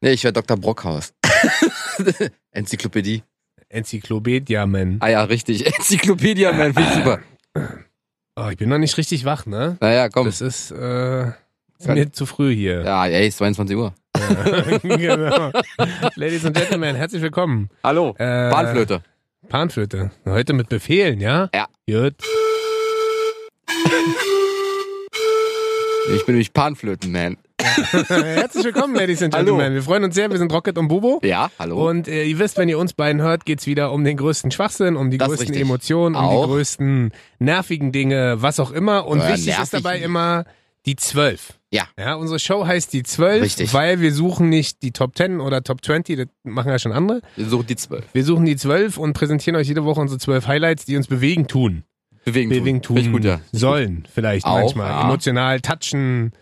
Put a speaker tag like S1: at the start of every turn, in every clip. S1: Nee, ich wäre Dr. Brockhaus. Enzyklopädie.
S2: Enzyklopädie, man.
S1: Ah ja, richtig. Enzyklopädie, man. Finde ich super.
S2: Oh, ich bin noch nicht richtig wach, ne?
S1: Naja, komm.
S2: Das ist, äh, ist mir zu früh hier.
S1: Ja, ey, ist 22 Uhr.
S2: genau. Ladies and Gentlemen, herzlich willkommen.
S1: Hallo.
S2: Äh,
S1: Bahnflöte.
S2: Panflöte. Heute mit Befehlen, ja?
S1: Ja.
S2: Gut.
S1: Ich bin nämlich Panflöten-Man.
S2: Herzlich willkommen, Ladies and
S1: Hallo.
S2: Gentlemen. Wir freuen uns sehr. Wir sind Rocket und Bubo.
S1: Ja, hallo.
S2: Und äh, ihr wisst, wenn ihr uns beiden hört, geht's wieder um den größten Schwachsinn, um die
S1: Das ist
S2: größten
S1: richtig.
S2: Emotionen, um
S1: Auch.
S2: die größten nervigen Dinge, was auch immer. Und
S1: Ja,
S2: wichtig ist
S1: nervig.
S2: dabei immer die Zwölf.
S1: Ja.
S2: Ja, unsere Show heißt die Zwölf,
S1: Richtig.
S2: weil wir suchen nicht die Top 10 oder Top 20, das machen ja schon andere.
S1: Wir suchen die zwölf.
S2: Wir suchen die Zwölf und präsentieren euch jede Woche unsere Zwölf Highlights, die uns bewegen tun.
S1: Bewegen tun.
S2: Bewegen tun
S1: Finde ich gut, ja.
S2: sollen, vielleicht
S1: Auch,
S2: manchmal.
S1: ja.
S2: Emotional touchen,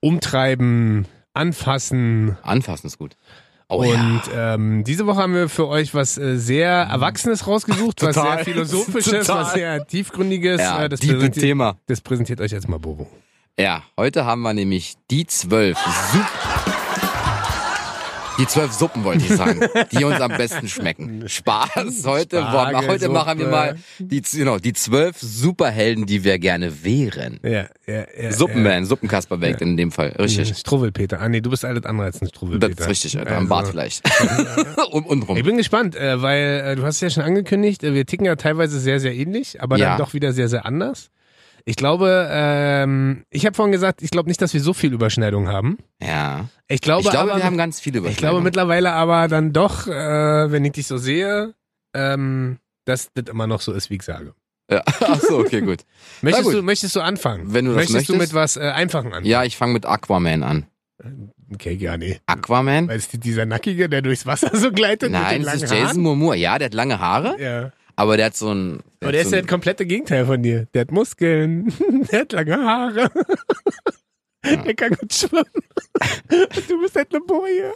S2: umtreiben, anfassen,
S1: Anfassen ist gut. Oh
S2: und
S1: ja.
S2: ähm, diese Woche haben wir für euch was äh, sehr Erwachsenes rausgesucht, was
S1: Total.
S2: sehr Philosophisches,
S1: Total.
S2: was sehr Tiefgründiges.
S1: Ja,
S2: äh, das,
S1: die
S2: präsentiert,
S1: Thema.
S2: das präsentiert euch jetzt mal Bobo.
S1: Ja, heute haben wir nämlich die zwölf Sup Die zwölf Suppen wollte ich sagen, die uns am besten schmecken. Spaß. Heute, wollen wir- heute
S2: Spargelsuppe.
S1: machen wir mal die, z- genau, die zwölf Superhelden, die wir gerne wären.
S2: Ja, ja, ja. äh, Ja.
S1: Suppenman, Suppenkasper weg in dem Fall. Richtig.
S2: Struwwelpeter. Ah, nee, du bist alles andere als ein
S1: Das
S2: Struwwelpeter.
S1: ist richtig, Alter. Am Bart vielleicht. und, und
S2: Also, Ich
S1: rum.
S2: bin gespannt, äh, weil äh, du hast es ja schon angekündigt, äh, wir ticken ja teilweise sehr, sehr ähnlich, aber
S1: Ja.
S2: dann doch wieder sehr, sehr anders. Ich glaube, ähm, ich habe vorhin gesagt, ich glaube nicht, dass wir so viel Überschneidung haben.
S1: Ja.
S2: Ich glaube,
S1: Ich glaube,
S2: aber
S1: wir haben ganz viele
S2: Ich glaube
S1: Überschneidungen.
S2: mittlerweile aber dann doch, äh, wenn ich dich so sehe, ähm, dass das immer noch so ist, wie ich sage.
S1: Ja. Ach so, okay, gut.
S2: Möchtest,
S1: gut.
S2: du, möchtest du anfangen?
S1: Wenn du das
S2: möchtest du
S1: möchtest.
S2: mit was äh, Einfachen anfangen?
S1: Ja, ich fange mit Aquaman an.
S2: Okay, ja, nee.
S1: Aquaman?
S2: Weil es dieser Nackige, der durchs Wasser so gleitet
S1: Nein,
S2: mit den
S1: das
S2: langen
S1: ist Jason Momoa. Ja, der hat lange Haare,
S2: Haaren. Ja.
S1: aber der hat so ein.
S2: Aber der
S1: hat
S2: ist
S1: so
S2: ja
S1: ein-
S2: das komplette Gegenteil von dir. Der hat Muskeln, der hat lange Haare, der kann gut schwimmen. Und du bist halt eine Boje.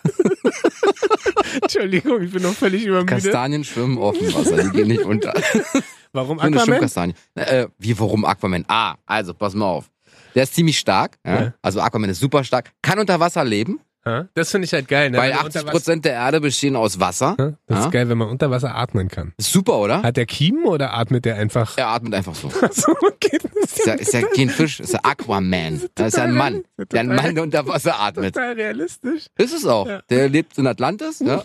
S2: Entschuldigung, ich bin noch völlig übermüdet.
S1: Kastanien schwimmen auf dem Wasser, die gehen nicht unter.
S2: Warum
S1: So eine
S2: Aquaman?
S1: Schwimmkastanie. Äh, wie, warum Aquaman? Ah, also, pass mal auf. Der ist ziemlich stark. Ja?
S2: Ja.
S1: Also Aquaman ist super stark. Kann unter Wasser leben,
S2: Ha? Das finde ich halt geil. Ne?
S1: weil
S2: Wenn du unter
S1: 80
S2: Wasser-
S1: Prozent der Erde bestehen aus Wasser.
S2: Ne? Das
S1: Ja.
S2: ist geil, wenn man unter Wasser atmen kann.
S1: Ist super, oder?
S2: Hat der Kiemen oder atmet der einfach?
S1: Er atmet einfach so.
S2: So geht das
S1: Ist ja, ist ja kein Fisch, ist ja Aquaman. Das ist ja ein Mann. Der ein Mann, der unter Wasser atmet.
S2: total realistisch.
S1: Ist es auch.
S2: Ja.
S1: Der lebt in Atlantis. Ja?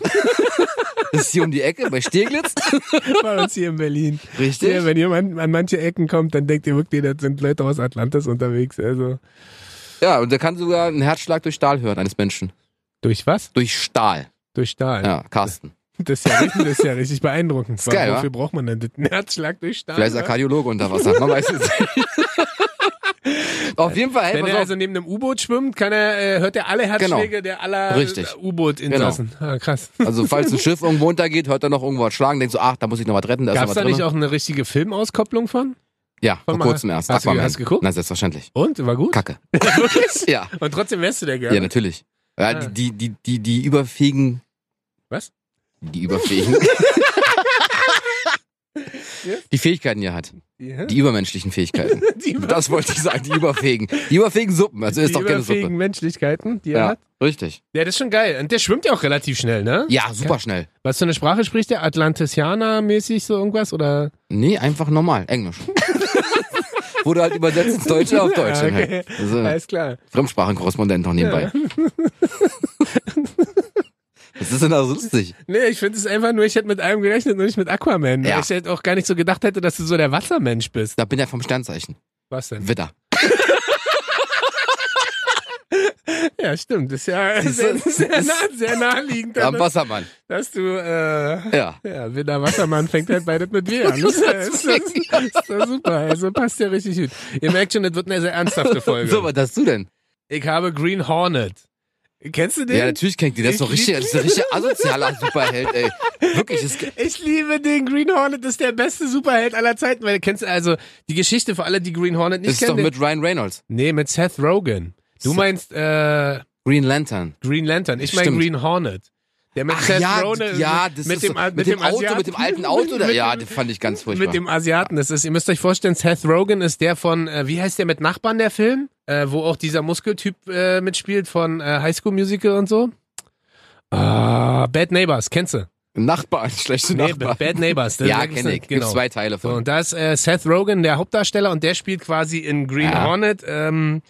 S1: ist hier um die Ecke bei Steglitz.
S2: Bei uns hier in Berlin.
S1: Richtig.
S2: Ja, wenn jemand an manche Ecken kommt, dann denkt ihr wirklich, das sind Leute aus Atlantis unterwegs. Also
S1: Ja, und der kann sogar einen Herzschlag durch Stahl hören eines Menschen.
S2: durch was?
S1: Durch Stahl.
S2: Durch Stahl.
S1: Ja, Carsten.
S2: Das ist ja richtig, das ist ja richtig beeindruckend.
S1: Ist geil,
S2: Wofür braucht man denn den Herzschlag durch Stahl?
S1: Vielleicht ist er
S2: ne?
S1: Kardiologe unter Wasser. Man weiß es nicht. Auf jeden Fall, hey,
S2: Wenn
S1: pass auf.
S2: er
S1: Genau.
S2: also neben einem U-Boot schwimmt, kann er, äh, hört er alle Herzschläge der aller
S1: Richtig.
S2: U-Boot-Insassen. Ah, krass.
S1: Also, falls ein Schiff irgendwo untergeht, hört er noch irgendwo was schlagen, denkt so, ach, da muss ich noch was retten, da ist
S2: Gab
S1: noch
S2: es
S1: was
S2: da
S1: drin.
S2: nicht auch eine richtige Filmauskopplung von?
S1: ja, vor
S2: Komm mal,
S1: kurzem erst.
S2: hast du-
S1: Aquaman.
S2: hast du geguckt?
S1: Na, selbstverständlich.
S2: Und? War gut?
S1: Kacke.
S2: Wirklich?
S1: Ja,
S2: Und trotzdem wärst du der
S1: ja, ne.
S2: gerne.
S1: natürlich. Ja,
S2: Ah.
S1: die, die, die, die überfähigen.
S2: Was?
S1: Die überfähigen. die Fähigkeiten, die er hat.
S2: Ja.
S1: Die übermenschlichen Fähigkeiten.
S2: Die,
S1: Das wollte ich sagen, die überfähigen. Die überfähigen Suppen, also ist
S2: die
S1: doch keine
S2: überfähigen
S1: Suppe.
S2: Menschlichkeiten, die er
S1: Ja,
S2: hat.
S1: richtig.
S2: Ja, das ist schon geil. Und der schwimmt ja auch relativ schnell, ne?
S1: Ja, super schnell.
S2: Was für eine Sprache spricht der? Atlantisianer-mäßig so irgendwas? Oder?
S1: Nee, einfach normal, Englisch. Wurde halt übersetzt ins Deutsche auf Deutsch.
S2: Ja, okay.
S1: Halt. Also,
S2: Alles klar.
S1: Fremdsprachenkorrespondent noch nebenbei. Was ist denn da so lustig?
S2: Nee, ich finde es einfach nur, ich hätte mit allem gerechnet und nicht mit Aquaman.
S1: Ja.
S2: Weil Ich hätte auch gar nicht so gedacht hätte, dass du so der Wassermensch bist.
S1: Da bin ich vom Sternzeichen.
S2: Was denn?
S1: Witter.
S2: Ja, stimmt. Das ist ja
S1: Siehst
S2: sehr,
S1: du?
S2: sehr, nah, sehr naheliegend,
S1: Am
S2: dass,
S1: Wassermann.
S2: dass du äh,
S1: Ja.
S2: Ja, wenn der Wassermann fängt halt beides mit mir an. Das ist, das ist, das ist doch super. Also passt ja richtig gut. Ihr merkt schon, das wird eine sehr ernsthafte Folge.
S1: So, was hast du denn?
S2: Ich habe Green Hornet. Kennst du den?
S1: Ja, natürlich kennt die. Das ist doch
S2: Ich
S1: richtig, das ist ein richtig asozialer Superheld, ey. Wirklich, das,
S2: ich liebe den Green Hornet, das ist der beste Superheld aller Zeiten, weil kennst du also die Geschichte für alle, die Green Hornet nicht
S1: ist doch
S2: kennen.
S1: mit Ryan Reynolds.
S2: nee, mit Seth Rogen. Du
S1: Seth-
S2: meinst äh,
S1: Green Lantern.
S2: Green Lantern, ich meine
S1: Stimmt.
S2: Green Hornet. Der mit
S1: Ach
S2: Seth
S1: ja,
S2: Rogen äh,
S1: ja, das
S2: mit
S1: ist
S2: dem,
S1: so, mit dem, Auto,
S2: Asiaten-
S1: mit dem alten Auto. Da,
S2: mit
S1: ja,
S2: dem-
S1: das fand ich ganz furchtbar.
S2: Mit dem Asiaten, das ist, ihr müsst euch vorstellen, Seth Rogen ist der von, äh, wie heißt der mit Nachbarn, der Film? äh, wo auch dieser Muskeltyp äh, mitspielt von äh, High School Musical und so. Ah, Bad Neighbors, kennst du?
S1: Nachbarn, schlechte
S2: Nee,
S1: Nachbarn.
S2: Bad Neighbors. das- genau. da
S1: ja,
S2: gibt's
S1: kenne
S2: eine-
S1: ich. Gibt zwei Teile
S2: So,
S1: von.
S2: halt, und da ist äh, Seth Rogen der Hauptdarsteller und der spielt quasi in Green
S1: Ja.
S2: Hornet. Ähm,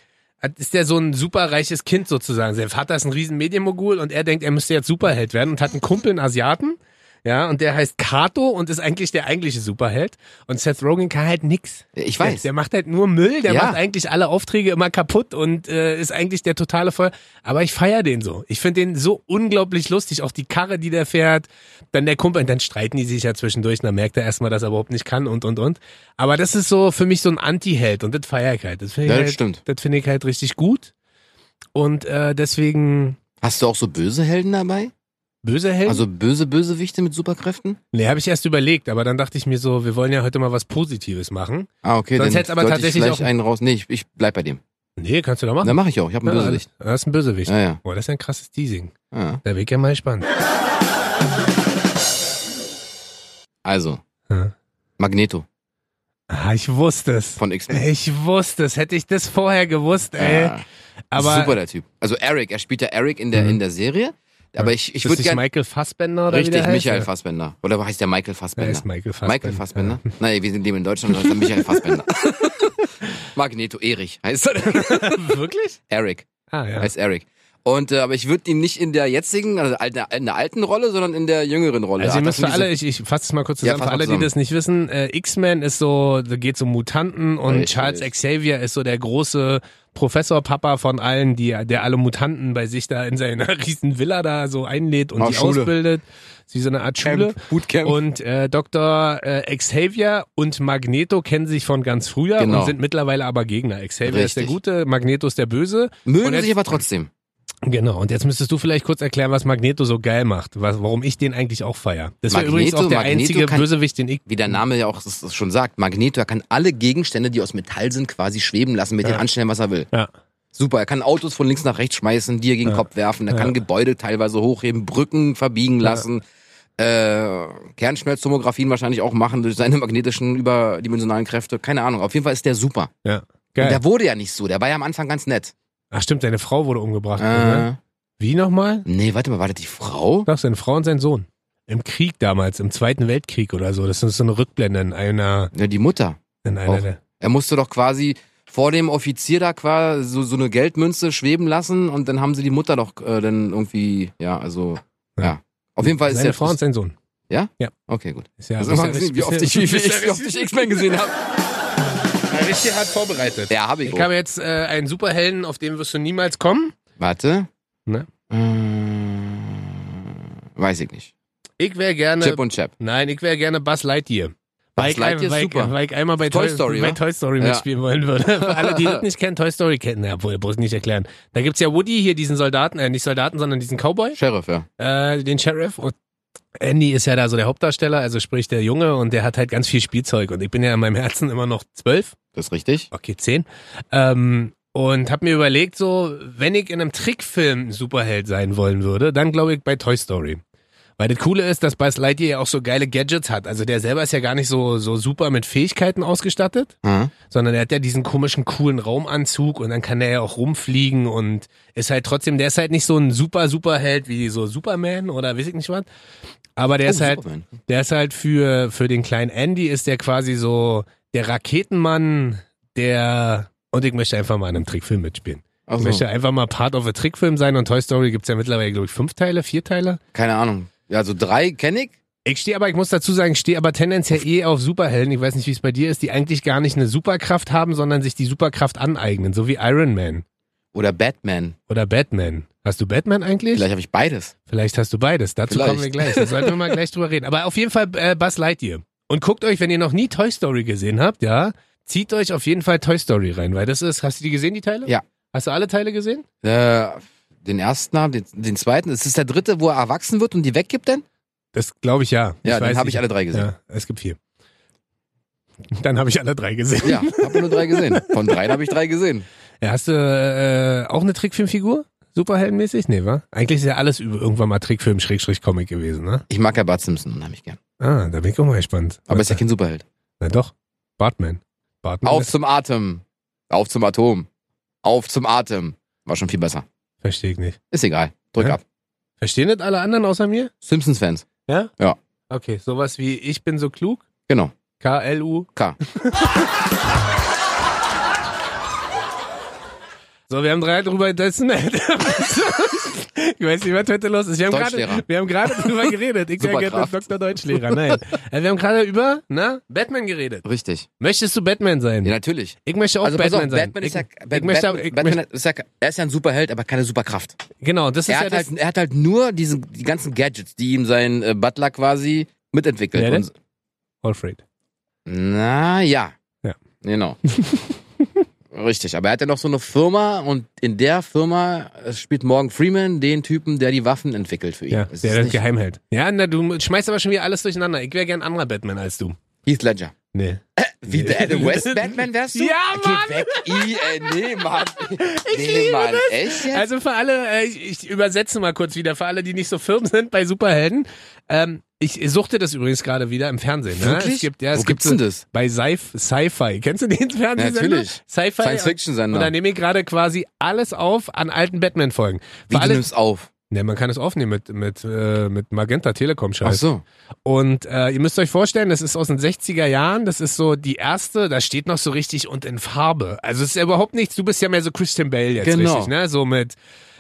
S2: hat- ist der so ein superreiches Kind sozusagen. Sein Vater ist ein riesen Medienmogul und er denkt, er müsste jetzt Superheld werden und hat einen Kumpel in Asiaten. Ja, und der heißt Kato und ist eigentlich der eigentliche Superheld. Und Seth Rogen kann halt nix.
S1: Ich weiß.
S2: Der, der macht halt nur Müll, der
S1: Ja.
S2: macht eigentlich alle Aufträge immer kaputt und äh, ist eigentlich der totale Voll. Aber ich feier den so. Ich finde den so unglaublich lustig. Auch die Karre, die der fährt, dann der Kumpel, und dann streiten die sich ja zwischendurch und dann merkt er erstmal, dass er überhaupt nicht kann und und und. Aber das ist so für mich so ein Anti-Held und das feier ich halt. Das finde ich,
S1: Ja, das
S2: halt,
S1: stimmt.
S2: das finde ich halt richtig gut. Und äh, deswegen
S1: Hast du auch so böse Helden dabei?
S2: böse Held.
S1: Also böse Bösewichte mit Superkräften?
S2: nee, habe ich erst überlegt, aber dann dachte ich mir so, wir wollen ja heute mal was Positives machen.
S1: Ah, okay.
S2: Sonst
S1: dann
S2: hätt's aber
S1: sollte
S2: tatsächlich
S1: ich vielleicht
S2: auch-
S1: einen raus. Nee, ich, ich bleib bei dem.
S2: Nee, kannst du doch machen.
S1: Na, mache ich auch. Ich habe einen Bösewicht.
S2: Das ist ein Bösewicht.
S1: Ja, ja.
S2: Boah, das ist ein krasses Teasing.
S1: ja.
S2: Da bin ich ja mal gespannt.
S1: Also,
S2: Ja.
S1: Magneto
S2: Ah, ich wusste es.
S1: von X-Men.
S2: Ich wusste es. Hätte ich das vorher gewusst, ey.
S1: Ja.
S2: Äh, aber
S1: Super der Typ. Also Eric, er spielt ja Eric in der,
S2: Mhm.
S1: in der Serie. Aber ich, ich
S2: ist das
S1: würde
S2: nicht
S1: gerne.
S2: Michael Fassbender oder wie
S1: Richtig,
S2: der heißt?
S1: Michael
S2: Ja.
S1: Fassbender. Oder heißt der Michael
S2: Er
S1: Fassbender?
S2: ist Michael Fassbender.
S1: Michael Fassbender? Nein, wir sind dem in Deutschland, das ist der Michael Fassbender. Magneto Erich heißt er.
S2: Ja. Wirklich?
S1: Eric
S2: Ah, ja.
S1: heißt Eric. Und äh, aber ich würde ihn nicht in der jetzigen, also in der, in der alten Rolle, sondern in der jüngeren Rolle.
S2: Also ihr
S1: Hat das
S2: müsst für
S1: schon diese-
S2: alle, ich, ich fasse es mal kurz
S1: Ja,
S2: zusammen,
S1: fass
S2: für
S1: mal
S2: alle, die
S1: zusammen.
S2: das nicht wissen, äh, X-Men ist so, da geht um Mutanten und
S1: Richtig.
S2: Charles Xavier ist so der große Professor-Papa von allen, die, der alle Mutanten bei sich da in seiner riesen Villa da so einlädt und
S1: Ah,
S2: die
S1: Schule.
S2: ausbildet. Das ist wie so eine Art Schule.
S1: Camp, Bootcamp.
S2: Und äh, Dr. Äh, Xavier und Magneto kennen sich von ganz früher
S1: Genau.
S2: und sind mittlerweile aber Gegner. Xavier ist der
S1: Richtig.
S2: Gute, Magneto ist der Böse. und
S1: mögen
S2: jetzt-
S1: sich aber trotzdem.
S2: Genau, und jetzt müsstest du vielleicht kurz erklären, was Magneto so geil macht, was, warum ich den eigentlich auch feier. Das wäre
S1: Magneto-
S2: übrigens auch der
S1: Magneto
S2: einzige
S1: kann-
S2: Bösewicht, den ich...
S1: Wie der Name ja auch es- es schon sagt, Magneto, er kann alle Gegenstände, die aus Metall sind, quasi schweben lassen, mit
S2: Ja.
S1: denen anstellen, was er will.
S2: Ja.
S1: Super, er kann Autos von links nach rechts schmeißen, dir gegen den Kopf werfen, er kann Gebäude teilweise hochheben, Brücken verbiegen lassen, äh, Kernschmelztomographien wahrscheinlich auch machen durch seine magnetischen, überdimensionalen Kräfte. Keine Ahnung, auf jeden Fall ist der super.
S2: Ja,
S1: Und
S2: geil.
S1: der wurde ja nicht so, der war ja am Anfang ganz nett.
S2: Ach stimmt, seine Frau wurde umgebracht.
S1: Äh,
S2: oder? Wie nochmal?
S1: nee, warte mal, war das die Frau?
S2: Doch, seine Frau und sein Sohn. Im Krieg damals, im Zweiten Weltkrieg oder so. Das ist so eine Rückblende in einer...
S1: Ja, die Mutter.
S2: In einer
S1: Auch.
S2: der,
S1: Er musste doch quasi vor dem Offizier da quasi so, so eine Geldmünze schweben lassen und dann haben sie die Mutter doch äh, dann irgendwie, ja, also, ja.
S2: Ja.
S1: Auf jeden Fall ist
S2: seine
S1: der.
S2: Frau und sein Sohn.
S1: okay, gut.
S2: Ist ja,
S1: Also mal
S2: ist ja
S1: sehen, wie
S2: richtig-
S1: oft ich, wie, viel
S2: ist ja
S1: ich, wie oft ich X-Men gesehen habe.
S2: richtig hart vorbereitet.
S1: Ja, habe ich.
S2: Ich
S1: auch.
S2: habe jetzt äh, einen Superhelden, auf den wirst du niemals kommen.
S1: Warte.
S2: Ne?
S1: Äh, weiß ich nicht.
S2: Ich wäre gerne...
S1: Chip und Chap.
S2: Nein, ich wäre gerne Buzz Lightyear.
S1: Buzz
S2: Weil ich
S1: Lightyear
S2: ein-
S1: ist
S2: weil ich-
S1: super.
S2: Weil ich einmal bei Toy,
S1: Toy Story,
S2: bei
S1: wa?
S2: Toy Story
S1: Ja.
S2: mitspielen wollen würde. Für alle, die das nicht kennen, Toy Story kennen. Ja, obwohl, bloß nicht erklären. Da gibt's ja Woody hier, diesen Soldaten, äh, nicht Soldaten, sondern diesen Cowboy,
S1: Sheriff, ja.
S2: äh, den Sheriff. Und Andy ist ja da so der Hauptdarsteller, also sprich der Junge, und der hat halt ganz viel Spielzeug. Und ich bin ja in meinem Herzen immer noch zwölf,
S1: Das ist richtig.
S2: okay, zehn. Ähm, und habe mir überlegt, so, wenn ich in einem Trickfilm ein Superheld sein wollen würde, dann glaube ich bei Toy Story. Weil das Coole ist, dass Buzz Lightyear ja auch so geile Gadgets hat. Also der selber ist ja gar nicht so, so super mit Fähigkeiten ausgestattet,
S1: Hm?
S2: sondern er hat ja diesen komischen, coolen Raumanzug und dann kann er ja auch rumfliegen und ist halt trotzdem, der ist halt nicht so ein super, Superheld wie so Superman oder weiß ich nicht was. Aber der
S1: Oh,
S2: ist halt,
S1: Superman.
S2: der ist halt für, für den kleinen Andy ist der quasi so der Raketenmann, der, und ich möchte einfach mal in einem Trickfilm mitspielen.
S1: Ach
S2: Ich
S1: so.
S2: möchte einfach mal Part of a Trickfilm sein und Toy Story gibt's ja mittlerweile, glaube ich, fünf Teile, vier Teile.
S1: Keine Ahnung. Ja, so drei kenne ich.
S2: Ich stehe aber, ich muss dazu sagen, ich stehe aber tendenziell eh auf Superhelden, ich weiß nicht, wie es bei dir ist, die eigentlich gar nicht eine Superkraft haben, sondern sich die Superkraft aneignen, so wie Iron Man
S1: Oder Batman.
S2: oder Batman. Hast du Batman eigentlich?
S1: Vielleicht habe ich beides.
S2: Vielleicht hast du beides. Dazu
S1: Vielleicht.
S2: kommen wir gleich. Da sollten wir mal gleich drüber reden. Aber auf jeden Fall äh, Buzz Lightyear. Und guckt euch, wenn ihr noch nie Toy Story gesehen habt, ja, zieht euch auf jeden Fall Toy Story rein, weil das ist, hast du die gesehen, die Teile?
S1: Ja.
S2: Hast du alle Teile gesehen?
S1: Äh, den ersten haben, den, den zweiten. Ist das der dritte, wo er erwachsen wird und die weggibt denn?
S2: Das glaube ich ja.
S1: Ja,
S2: weiß
S1: dann habe
S2: nicht.
S1: ich alle drei gesehen.
S2: Ja, es gibt vier. Dann habe ich alle drei gesehen.
S1: Ja, habe nur drei gesehen. Von dreien habe ich drei gesehen.
S2: Ja, hast du äh, auch eine Trickfilmfigur? Superheldenmäßig? Nee, wa? Eigentlich ist ja alles über- irgendwann mal Trickfilm, Schrägstrich, Comic gewesen, ne?
S1: Ich mag ja Bart Simpson unheimlich gern.
S2: Ah, da bin ich auch mal gespannt.
S1: Aber
S2: Was
S1: ist ja kein Superheld.
S2: Na doch, Bartman. Bartman
S1: Auf
S2: ist-
S1: zum Atem. Auf zum Atom. auf zum Atem. War schon viel besser.
S2: Verstehe ich nicht.
S1: Ist egal. Drück
S2: Ja.
S1: ab.
S2: Verstehen das alle anderen außer mir?
S1: Simpsons-Fans.
S2: Ja?
S1: Ja.
S2: Okay, sowas wie ich bin so klug.
S1: Genau.
S2: KLU.
S1: K.
S2: So, wir haben drei drüber das ist nett. Ich weiß nicht, was heute los ist. Wir haben
S1: Deutschlehrer.
S2: gerade, wir haben gerade drüber geredet. Ich sage jetzt
S1: Superkraft.
S2: Dr. Deutschlehrer. Nein. Äh, Wir haben gerade über, na, Batman geredet.
S1: Richtig.
S2: Möchtest du Batman sein?
S1: Ja, natürlich.
S2: Ich möchte Mhm. auch
S1: also pass auf,
S2: Batman sein.
S1: Batman
S2: ich,
S1: ist ja,
S2: ich
S1: Batman,
S2: möchte, ich
S1: Batman, Batman
S2: möchte,
S1: ist ja, er ist ja ein Superheld, aber keine Superkraft.
S2: genau, das ist
S1: Er
S2: ja
S1: hat,
S2: das.
S1: halt, er hat halt nur diesen, die ganzen Gadgets, die ihm sein äh, Butler quasi mitentwickelt.
S2: Wer denn?
S1: Und,
S2: Alfred.
S1: na ja.
S2: Ja.
S1: Genau. Richtig, aber er hat ja noch so eine Firma und in der Firma äh, spielt Morgan Freeman den Typen, der die Waffen entwickelt für ihn.
S2: Ja,
S1: Es ist
S2: der das
S1: nicht
S2: geheim hält. Ja, na, du schmeißt aber schon wieder alles durcheinander. Ich wäre gern anderer Batman als du.
S1: Heath Ledger.
S2: Nee.
S1: Wie der Adam West Batman wärst du?
S2: Ja,
S1: Geh
S2: Mann!
S1: weg. I, äh, nee, Mann. Ich nee, liebe Mann. Das. Echt jetzt?
S2: Also für alle, äh, ich, ich übersetze mal kurz wieder, für alle, die nicht so firm sind bei Superhelden. Ähm, ich suchte das übrigens gerade wieder im Fernsehen. Ne?
S1: Wirklich?
S2: Es gibt, ja,
S1: Wo
S2: es gibt
S1: gibt's denn das?
S2: Bei Sci- Sci-Fi. Kennst du den Fernsehsender?
S1: Natürlich.
S2: Sci-Fi. Und da
S1: Science-Fiction-Sender.
S2: nehme ich gerade quasi alles auf an alten Batman-Folgen.
S1: Wie
S2: Für
S1: du
S2: alle,
S1: nimmst auf.
S2: ne, man kann es aufnehmen mit, mit, äh, mit Magenta
S1: Ach
S2: Telekom-Scheiß.
S1: so.
S2: Und äh, ihr müsst euch vorstellen, das ist aus den 60er Jahren, das ist so die erste, da steht noch so richtig und in Farbe. Also es ist ja überhaupt nichts, du bist ja mehr so Christian Bale jetzt
S1: Genau.
S2: richtig, ne? So mit,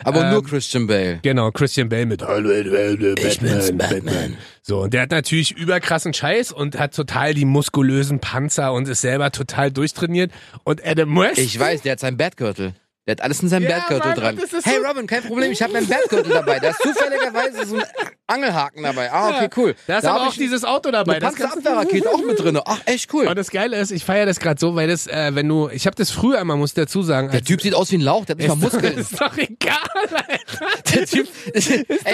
S1: Aber
S2: Ähm,
S1: nur Christian Bale.
S2: genau, Christian Bale mit Hallo, Batman,
S1: Ich bin's, Batman.
S2: So, und der hat natürlich überkrassen Scheiß und hat total die muskulösen Panzer und ist selber total durchtrainiert. Und Adam West,
S1: Ich weiß, der hat seinen Bettgürtel. Der hat alles in seinem
S2: Ja,
S1: Bettgürtel
S2: Mann,
S1: dran.
S2: das ist
S1: Hey
S2: so-
S1: Robin, kein Problem, ich habe meinen Bettgürtel dabei. Da ist zufälligerweise so ein Angelhaken dabei. Ah, okay, cool.
S2: da ist
S1: da
S2: aber
S1: hab
S2: auch
S1: ich
S2: dieses Auto dabei.
S1: eine
S2: Das kannst du-
S1: Panzerabwehrrakete auch mit drin. Ach, echt cool.
S2: Und das Geile ist, ich feiere das gerade so, weil das, äh, wenn du, ich habe das früher einmal, muss ich dazu sagen.
S1: Der Typ sieht aus wie ein Lauch, der hat nicht mal Muskeln.
S2: Ist doch egal, Alter.
S1: Der Typ, ey,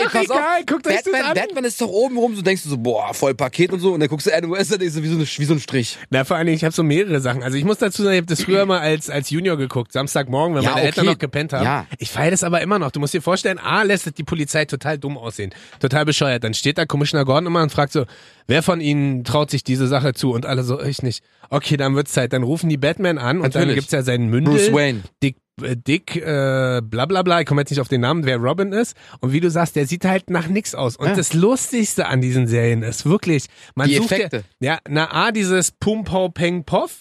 S2: doch egal, guckt euch das
S1: Batman,
S2: an.
S1: Batman ist doch oben rum, so denkst du so, boah, voll Paket und so. Und dann guckst du Adam West, dann denkst du, wie so, eine, wie so ein Strich.
S2: Na, vor allen Dingen, ich habe so mehrere Sachen. Also ich muss dazu sagen, ich habe das früher mal als, als Junior geguckt, Samstagmorgen, wenn
S1: Ja,
S2: meine Eltern
S1: okay.
S2: noch gepennt haben.
S1: Ja.
S2: Ich feiere das aber immer noch. Du musst dir vorstellen, A, lässt es die Polizei total dumm aussehen. Total bescheuert. Dann steht da Commissioner Gordon immer und fragt so, wer von ihnen traut sich diese Sache zu? Und alle so, ich nicht. Okay, dann wird's Zeit. Dann rufen die Batman an und dann
S1: Natürlich.
S2: gibt's ja seinen Mündel.
S1: Bruce Wayne.
S2: Dick, äh, Dick, äh, bla bla bla, ich komme jetzt nicht auf den Namen, wer Robin ist. Und wie du sagst, der sieht halt nach nix aus. Und
S1: Ja.
S2: das Lustigste an diesen Serien ist wirklich, man
S1: Die
S2: sucht
S1: Effekte.
S2: Ja, ja, na A, dieses Pum Pau Peng Poff.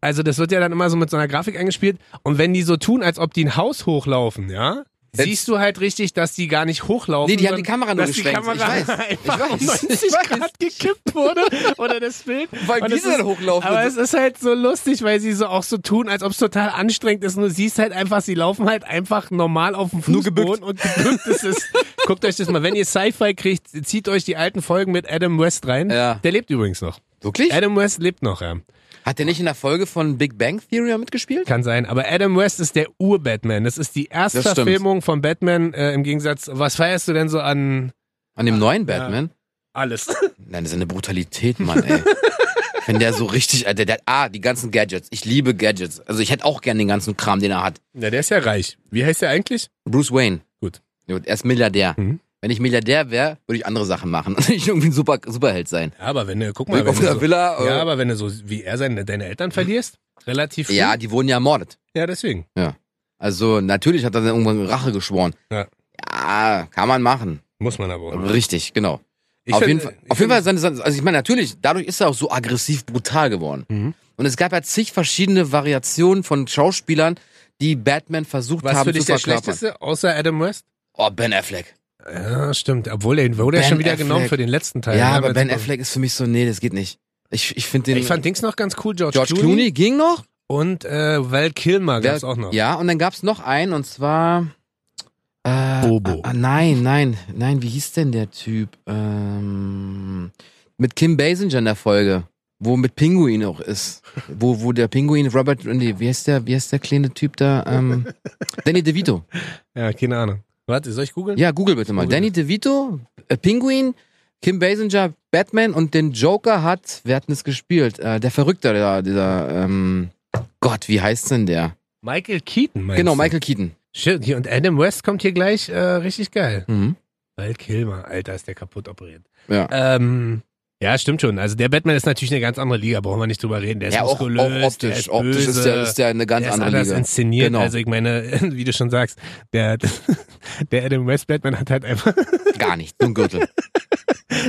S2: Also das wird ja dann immer so mit so einer Grafik eingespielt. Und wenn die so tun, als ob die ein Haus hochlaufen, ja,
S1: Das-
S2: siehst du halt richtig, dass die gar nicht hochlaufen.
S1: Nee, die haben die
S2: sondern
S1: Kamera nur
S2: dass die
S1: geschwenkt. Ich
S2: Kamera
S1: weiß, ich
S2: einfach um
S1: weiß,
S2: 90
S1: ich weiß.
S2: Grad gekippt wurde oder das Bild.
S1: Weil
S2: Und
S1: die
S2: es
S1: dann
S2: ist-
S1: hochlaufen.
S2: Aber es ist halt so lustig, weil sie so auch so tun, als ob es total anstrengend ist. Und du siehst halt einfach, sie laufen halt einfach normal auf dem
S1: Nur gebückt.
S2: Fußboden und gebückt ist es. Guckt euch das mal. Wenn ihr Sci-Fi kriegt, zieht euch die alten Folgen mit Adam West rein.
S1: Ja.
S2: Der lebt übrigens noch.
S1: Wirklich?
S2: Adam West lebt noch, ja.
S1: Hat der nicht in der Folge von Big Bang Theory mitgespielt?
S2: Kann sein. Aber Adam West ist der Ur-Batman. Das ist die erste
S1: stimmt.
S2: Verfilmung von Batman äh, im Gegensatz. Was feierst du denn so an
S1: An dem neuen Batman?
S2: alles?
S1: Nein, das ist eine Brutalität, Mann, ey. Wenn der so richtig, Alter, der hat, ah, die ganzen Gadgets. Ich liebe Gadgets. Also ich hätte auch gern den ganzen Kram, den er hat.
S2: Na, der ist ja reich. Wie heißt der eigentlich?
S1: Bruce Wayne.
S2: Gut.
S1: Ja, Er ist Milliardär.
S2: Mhm.
S1: Wenn ich Milliardär wäre, würde ich andere Sachen machen. Und nicht irgendwie ein Super, Superheld sein.
S2: Ja, aber wenn du, guck mal,
S1: Mal
S2: wenn
S1: auf
S2: du
S1: einer
S2: so,
S1: Villa. äh,
S2: ja,
S1: Ja,
S2: aber wenn du so wie er seine, deine Eltern verlierst, relativ früh.
S1: ja, die wurden ja ermordet.
S2: ja, deswegen.
S1: Also natürlich hat er dann irgendwann Rache geschworen.
S2: Ja.
S1: Ja, kann man machen.
S2: Muss man aber auch.
S1: Richtig, genau.
S2: Ich
S1: auf,
S2: find-
S1: jeden Fall,
S2: ich
S1: auf jeden Fall,
S2: find-
S1: seine, seine, also ich meine, natürlich, dadurch ist er auch so aggressiv brutal geworden.
S2: Mhm.
S1: Und es gab ja zig verschiedene Variationen von Schauspielern, die Batman versucht
S2: Was
S1: haben
S2: für dich
S1: zu
S2: der
S1: verkörpern.
S2: schlechteste, außer Adam West?
S1: Oh, Ben Affleck.
S2: Ja, stimmt. Obwohl, der wurde ja
S1: Ben
S2: schon wieder
S1: Affleck.
S2: genommen für den letzten
S1: Ja,
S2: Teil.
S1: aber
S2: mit-
S1: Ben Affleck ist für mich so, nee, das geht nicht. Ich, ich finde den.
S2: Ich fand Dings noch ganz cool, George,
S1: George Clooney, ging noch.
S2: Und äh, Val Kilmer gab's
S1: Wer-
S2: auch noch.
S1: Ja, und dann gab's noch einen, und zwar. Äh,
S2: Bobo.
S1: Ah, nein, nein, nein, wie hieß denn der Typ? Ähm, mit Kim Basinger in der Folge, wo mit Pinguin auch ist. Wo, wo der Pinguin Robert, nee, wie heißt der, wie heißt der kleine Typ da? Ähm, Danny DeVito.
S2: Ja, keine Ahnung. Warte, soll ich googeln?
S1: Ja, google bitte mal.
S2: Google.
S1: Danny DeVito, äh, Pinguin, Kim Basinger, Batman und den Joker hat, wer hat denn das gespielt? Äh, der Verrückte, der, dieser, ähm, Gott, wie heißt denn der?
S2: Michael Keaton, meinst
S1: Genau,
S2: du?
S1: Michael Keaton.
S2: Shit, hier, und Adam West kommt hier gleich äh, richtig geil.
S1: Mhm.
S2: Val Kilmer, Alter, ist der kaputt operiert.
S1: Ja.
S2: Ähm, Ja, stimmt schon. Also der Batman ist natürlich eine ganz andere Liga, brauchen wir nicht drüber reden. Der ist
S1: Ja, auch,
S2: muskulös,
S1: auch optisch.
S2: Der ist
S1: optisch
S2: böse,
S1: ist der, ist der eine ganz
S2: der ist
S1: andere
S2: anders
S1: Liga.
S2: inszeniert.
S1: Genau.
S2: Also ich meine, wie du schon sagst, der, der Adam West Batman hat halt einfach,
S1: Gar nicht, nur ein Gürtel.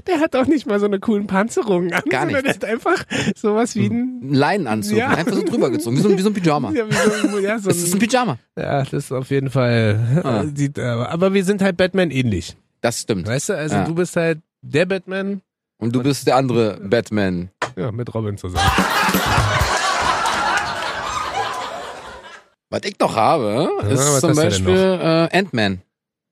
S2: der hat auch nicht mal so eine coolen Panzerung an,
S1: Gar
S2: sondern der
S1: nichts.
S2: hat einfach sowas wie ein,
S1: Ein Leinenanzug,
S2: Ja.
S1: einfach so drüber gezogen, wie so, ein- wie so ein Pyjama.
S2: ja, wie so, ein- ja, so
S1: Das Hm. ist ein
S2: ein,
S1: Pyjama.
S2: ja, das ist auf jeden Fall,
S1: Ah.
S2: sieht, äh, aber wir sind halt Batman ähnlich.
S1: Das stimmt.
S2: Weißt du, also
S1: Ja.
S2: du bist halt der Batman,
S1: Und du bist der andere Batman.
S2: ja, mit Robin zusammen.
S1: Was ich noch habe,
S2: Ja,
S1: ist
S2: was
S1: zum
S2: hast du denn
S1: Beispiel äh, Ant-Man.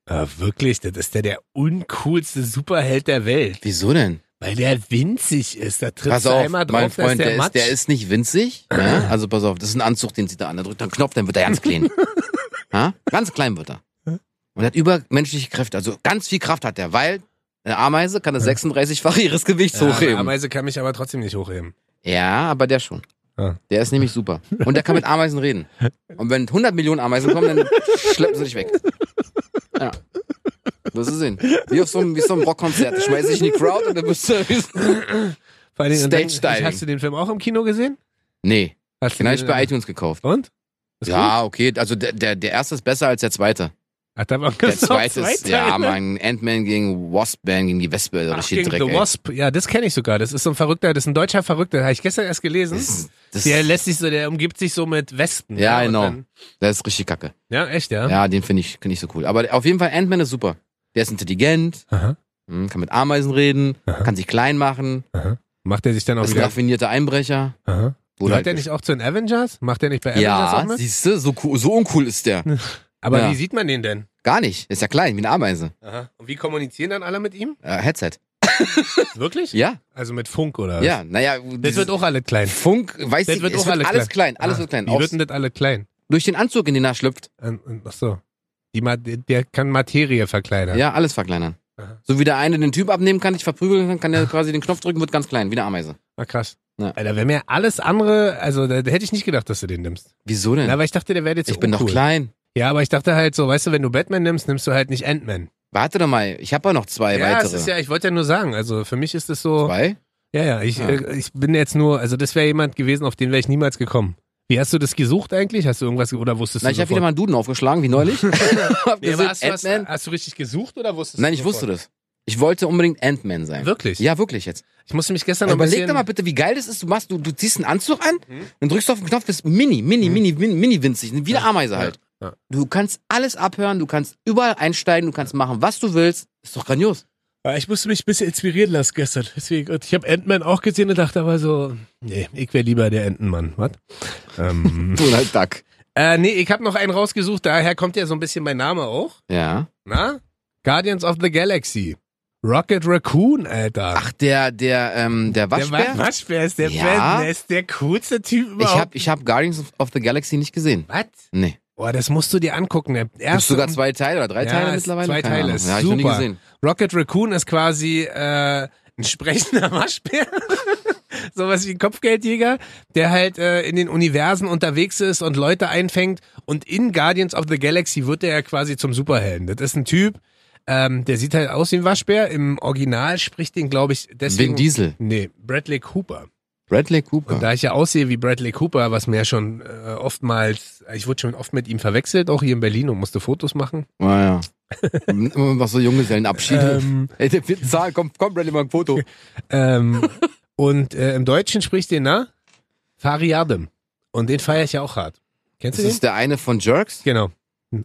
S2: Ah, wirklich, das ist ja der uncoolste Superheld der Welt.
S1: Wieso denn?
S2: Weil der winzig ist. Da trittst
S1: Pass
S2: du
S1: auf,
S2: einmal drauf,
S1: mein Freund,
S2: da
S1: der,
S2: ist der,
S1: ist, der
S2: Matsch.
S1: ist nicht winzig. Ja? Also pass auf, das ist ein Anzug, den zieht er an. Der drückt einen Knopf, dann wird er ganz klein. ja? Ganz klein wird er. Und hat übermenschliche Kräfte. Also ganz viel Kraft hat er, weil eine Ameise kann das 36-fache ihres Gewichts
S2: ja, eine
S1: hochheben.
S2: Ameise kann mich aber trotzdem nicht hochheben.
S1: Ja, aber der schon.
S2: Ah.
S1: Der ist nämlich super. Und der kann mit Ameisen reden. Und wenn 100 Millionen Ameisen kommen, dann schleppen sie dich weg. Ja. Das ist ihn. Wie auf so einem, wie so einem Rockkonzert. Ich schmeiß dich in die Crowd und dann bist du.
S2: Vor allen Dingen, und
S1: Stage Diving.
S2: hast du den Film auch im Kino gesehen?
S1: Nee,
S2: Hast du
S1: den habe ich
S2: den-
S1: bei iTunes gekauft.
S2: Und? Ist gut?
S1: Ja, okay. Also der, der, der erste ist besser als der zweite.
S2: Ach, da war
S1: Der zweite ist, ja, Mann, Ant-Man gegen Wasp-Man, gegen die Wespe, der
S2: Ach,
S1: richtige
S2: gegen
S1: Dreck.
S2: The
S1: ey.
S2: Wasp. Ja, das kenne ich sogar. Das ist so ein verrückter, das ist ein deutscher Verrückter. Habe ich gestern erst gelesen.
S1: Das, das,
S2: Der lässt sich so, der umgibt sich so mit Westen.
S1: Ja,
S2: und
S1: genau.
S2: Dann,
S1: das ist richtig kacke.
S2: ja, echt, ja.
S1: Ja, den finde ich find ich so cool. Aber auf jeden Fall, Ant-Man ist super. Der ist intelligent,
S2: Aha.
S1: hm, kann mit Ameisen reden,
S2: Aha.
S1: kann sich klein machen,
S2: Macht er sich dann auch
S1: ist ein
S2: wieder.
S1: raffinierter Einbrecher.
S2: Aha.
S1: Wurde
S2: Gehört
S1: halt
S2: der nicht auch zu den Avengers? Macht der nicht bei
S1: gesch-
S2: Avengers auch
S1: ja,
S2: mit?
S1: siehst du, so, cool, so uncool ist der.
S2: Aber
S1: Ja.
S2: wie sieht man den denn?
S1: Gar nicht. Ist ja klein, wie eine Ameise.
S2: Aha. Und wie kommunizieren dann alle mit ihm?
S1: Äh, Headset.
S2: Wirklich?
S1: Ja,
S2: Also mit Funk oder? was?
S1: ja, naja.
S2: Das wird auch alle klein.
S1: Funk, weiß
S2: Das
S1: ich,
S2: wird
S1: es
S2: auch alles
S1: alles klein. Alles
S2: Ah,
S1: wird klein.
S2: Wie
S1: Auch
S2: wird denn das alle klein?
S1: durch den Anzug, in den er schlüpft.
S2: Ähm, ähm, Ach so. Die Ma der kann Materie
S1: Ja,
S2: verkleinern.
S1: alles verkleinern.
S2: Aha.
S1: So wie der eine den Typ abnehmen kann, dich verprügeln kann, kann der quasi den Knopf drücken, wird ganz klein, wie eine Ameise.
S2: Ah, krass.
S1: Ja.
S2: Alter, wenn mir alles andere, also da, da hätte ich nicht gedacht, dass du den nimmst.
S1: Wieso denn?
S2: Na, weil ich dachte, der wäre jetzt so
S1: ich bin doch
S2: uncool.
S1: klein.
S2: Ja, aber ich dachte halt so, weißt du, wenn du Batman nimmst, nimmst du halt nicht Ant-Man.
S1: Warte doch mal, ich habe ja noch zwei
S2: Ja, es
S1: weitere.
S2: ist ja, Oh, ich wollte ja nur sagen, also für mich ist das so.
S1: zwei?
S2: Ja, ja, ich,
S1: Ja.
S2: Äh, ich bin jetzt nur, also das wäre jemand gewesen, auf den wäre ich niemals gekommen. Wie hast du das gesucht eigentlich? Hast du irgendwas ge- oder wusstest
S1: Na,
S2: du
S1: ich habe wieder
S2: sofort?
S1: mal einen Duden aufgeschlagen, wie neulich. Hab
S2: Nee,
S1: gesehen,
S2: aber hast, du, hast,
S1: Ant-Man.
S2: hast du richtig gesucht oder wusstest
S1: Nein,
S2: du
S1: ich wusste das. Ich wollte unbedingt Ant-Man sein.
S2: Wirklich?
S1: Ja, wirklich jetzt.
S2: Ich musste mich gestern noch ein
S1: Überleg
S2: bisschen...
S1: doch mal bitte, wie geil das ist. Du machst, du, du ziehst einen Anzug an,
S2: Mhm.
S1: dann drückst du auf den Knopf, bist mini, mini, mini, mini, mini winzig, wie eine Ameise
S2: Ja,
S1: halt.
S2: ja.
S1: Du kannst alles abhören, du kannst überall einsteigen, du kannst machen, was du willst. Ist doch grandios.
S2: Ja, Äh, Ich musste mich ein bisschen inspirieren lassen gestern. Deswegen, und ich habe Ant-Man auch gesehen und dachte aber so, nee, ich wäre lieber der Entenmann. Was? ähm,
S1: Donald Duck.
S2: äh, nee, ich habe noch einen rausgesucht, daher kommt ja so ein bisschen mein Name auch.
S1: Ja.
S2: Na? Guardians of the Galaxy. Rocket Raccoon, Alter.
S1: Ach, der, der, ähm, der Waschbär?
S2: Der Wa- Waschbär ist der,
S1: Ja.
S2: Beste, der ist der coolste Typ
S1: ich
S2: überhaupt.
S1: habe ich hab Guardians of- of the Galaxy nicht gesehen.
S2: Was?
S1: Nee.
S2: Boah, das musst du dir angucken. Der
S1: Gibt
S2: erste
S1: sogar zwei Teile oder drei
S2: Ja,
S1: Teile
S2: es-
S1: mittlerweile?
S2: Zwei
S1: Keine
S2: Teile.
S1: Ahnung.
S2: Ist
S1: Ja, hab ich
S2: super.
S1: noch nie gesehen.
S2: Rocket Raccoon ist quasi äh, ein sprechender Waschbär. Sowas wie ein Kopfgeldjäger, der halt äh, in den Universen unterwegs ist und Leute einfängt. Und in Guardians of the Galaxy wird er ja quasi zum Superhelden. Das ist ein Typ, ähm, der sieht halt aus wie ein Waschbär. Im Original spricht den, glaube ich, deswegen.
S1: Vin Diesel. Ah.
S2: Nee, Bradley Cooper.
S1: Bradley Cooper.
S2: Und da ich ja aussehe wie Bradley Cooper, was mir ja schon äh, oftmals, ich wurde schon oft mit ihm verwechselt, auch hier in Berlin und musste Fotos machen.
S1: Naja. Ah, Immer noch so Junggesellenabschiede.
S2: Ähm,
S1: Ey, der wird zahlen. Komm, komm, Bradley, mal ein Foto.
S2: ähm, und äh, im Deutschen spricht den, na? Fariadem. Und den feiere ich ja auch hart. Kennst
S1: Das
S2: du den?
S1: ist der eine von Jerks.
S2: Genau.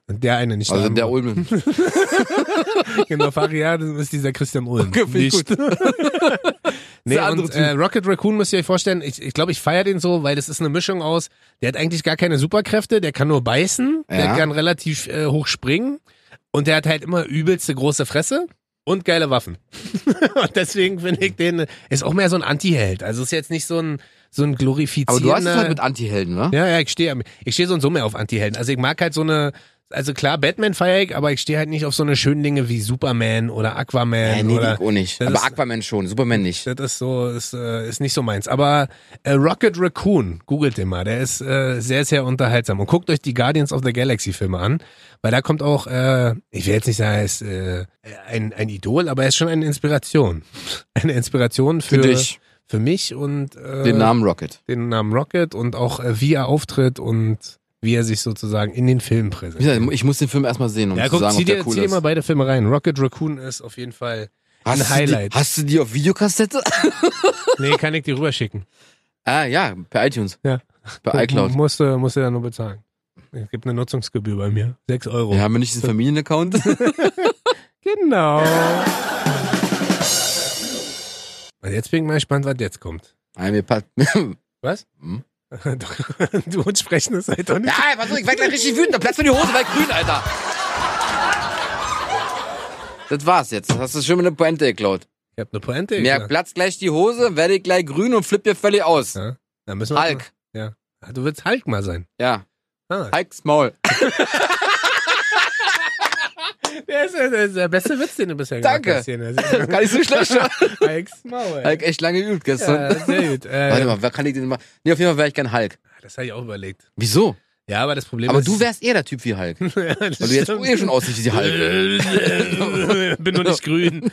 S2: Der eine, nicht
S1: Also der
S2: andere.
S1: Ulmen.
S2: Genau, Fariadem ist dieser Christian Ulm.
S1: Okay, finde ich
S2: Nicht. Nee,
S1: der andere
S2: und
S1: Typ.
S2: äh, Rocket Raccoon müsst ihr euch vorstellen, ich glaube, ich, glaub, ich feiere den so, weil das ist eine Mischung aus, der hat eigentlich gar keine Superkräfte, der kann nur beißen, der
S1: Ja.
S2: kann relativ äh, hoch springen und der hat halt immer übelste große Fresse und geile Waffen. und deswegen finde ich den, ist auch mehr so ein Anti-Held, also ist jetzt nicht so ein, so ein glorifizierender...
S1: halt Aber du hast es halt mit Antihelden, wa?
S2: ja, ja, ich stehe ich steh so und so mehr auf Anti-Helden. Also ich mag halt so eine, Also klar, Batman feier ich, aber ich stehe halt nicht auf so eine schönen Dinge wie Superman oder Aquaman
S1: Äh, nee,
S2: oder.
S1: die auch nicht.
S2: das
S1: Aber
S2: ist-
S1: Aquaman schon, Superman nicht.
S2: Das ist so, ist, äh, ist nicht so meins. Aber äh, Rocket Raccoon, googelt den mal, der ist äh, sehr, sehr unterhaltsam. Und guckt euch die Guardians of the Galaxy Filme an, weil da kommt auch, äh, ich will jetzt nicht sagen, er ist äh, ein, ein Idol, aber er ist schon eine Inspiration. Eine Inspiration für,
S1: dich.
S2: für mich und äh,
S1: Den Namen Rocket.
S2: den Namen Rocket und auch äh, wie er auftritt und wie er sich sozusagen in den Filmen
S1: Wie
S2: präsentiert.
S1: gesagt, Ich muss den Film erstmal sehen, um
S2: Ja,
S1: zu
S2: guck,
S1: sagen,
S2: zieh
S1: ob der
S2: dir,
S1: cool
S2: zieh dir
S1: ist.
S2: mal beide Filme rein. Rocket Raccoon ist auf jeden Fall
S1: hast,
S2: ein
S1: du
S2: Highlight.
S1: die, hast du die auf Videokassette?
S2: nee, kann ich dir rüberschicken.
S1: ah ja, per iTunes.
S2: Ja.
S1: Per iCloud.
S2: Musste, musste dann nur bezahlen. Es gibt eine Nutzungsgebühr bei mir. sechs Euro.
S1: Wir haben wir nicht diesen Familienaccount.
S2: Genau. Und jetzt bin ich mal gespannt, was jetzt kommt.
S1: Nein, wir pa-
S2: Was?
S1: Hm?
S2: du und sprechen ist halt doch nicht.
S1: Ja, pass auf, ich werd gleich richtig wütend. Der Platz für die Hose war grün, Alter. Das war's jetzt. Das hast du schon mit einer Pointe geklaut.
S2: Ich hab eine Pointe.
S1: Mir
S2: gesagt.
S1: platzt gleich die Hose, werde ich gleich grün und flipp hier völlig aus.
S2: Ja. Da müssen wir
S1: Hulk.
S2: Ah, Du willst Hulk mal sein.
S1: Ja.
S2: Ah.
S1: Hulks Maul.
S2: Der ist, der ist der beste Witz, den du bisher
S1: Danke.
S2: gemacht
S1: Das
S2: hast.
S1: ist Gar nicht so schlecht. ja.
S2: Danke. Hulks Maul.
S1: Hulk echt lange geübt gestern.
S2: Ja, sehr gut. Äh,
S1: Warte mal, wer kann ich denn mal? Nee, auf jeden Fall wäre ich gern Hulk.
S2: Das habe ich auch überlegt.
S1: Wieso?
S2: Ja, aber das Problem
S1: Aber
S2: ist.
S1: du wärst eher der Typ wie Hulk. Weil
S2: Ja, das
S1: du jetzt
S2: stimmt.
S1: eh schon aussiehst wie Hulk.
S2: Äh, Bin noch nicht grün.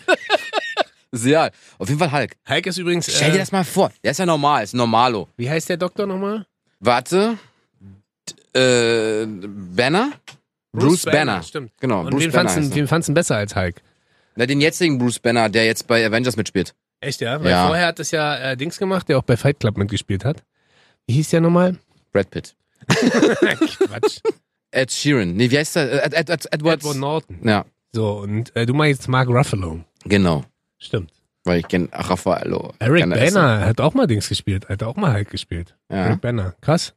S1: Sehr. Auf jeden Fall Hulk.
S2: Hulk ist übrigens.
S1: Stell dir
S2: Äh,
S1: das mal vor. Der ist ja normal, ist ein Normalo.
S2: wie heißt der Doktor nochmal?
S1: Warte. D- Äh, Banner? Bruce, Banner.
S2: Stimmt.
S1: Genau,
S2: Und
S1: Bruce
S2: wen,
S1: Banner.
S2: fandst du-
S1: heißt er.
S2: wen fandst du besser als Hulk?
S1: Na, den jetzigen Bruce Banner, der jetzt bei Avengers mitspielt.
S2: Echt, ja? Weil
S1: Ja.
S2: vorher hat das ja äh, Dings gemacht, der auch bei Fight Club mitgespielt hat. Wie hieß der nochmal?
S1: Brad Pitt.
S2: Quatsch.
S1: Ed Sheeran. Nee, wie heißt der? Ed, Ed, Ed, Edwards.
S2: Edward Norton.
S1: ja,
S2: So, und äh, du meinst Mark Ruffalo.
S1: genau.
S2: Stimmt.
S1: Weil ich kenne ach, Raffaello.
S2: Eric
S1: Gerne essen.
S2: Banner hat auch mal Dings gespielt, hat auch mal Hulk gespielt.
S1: Ja.
S2: Eric Banner. Krass.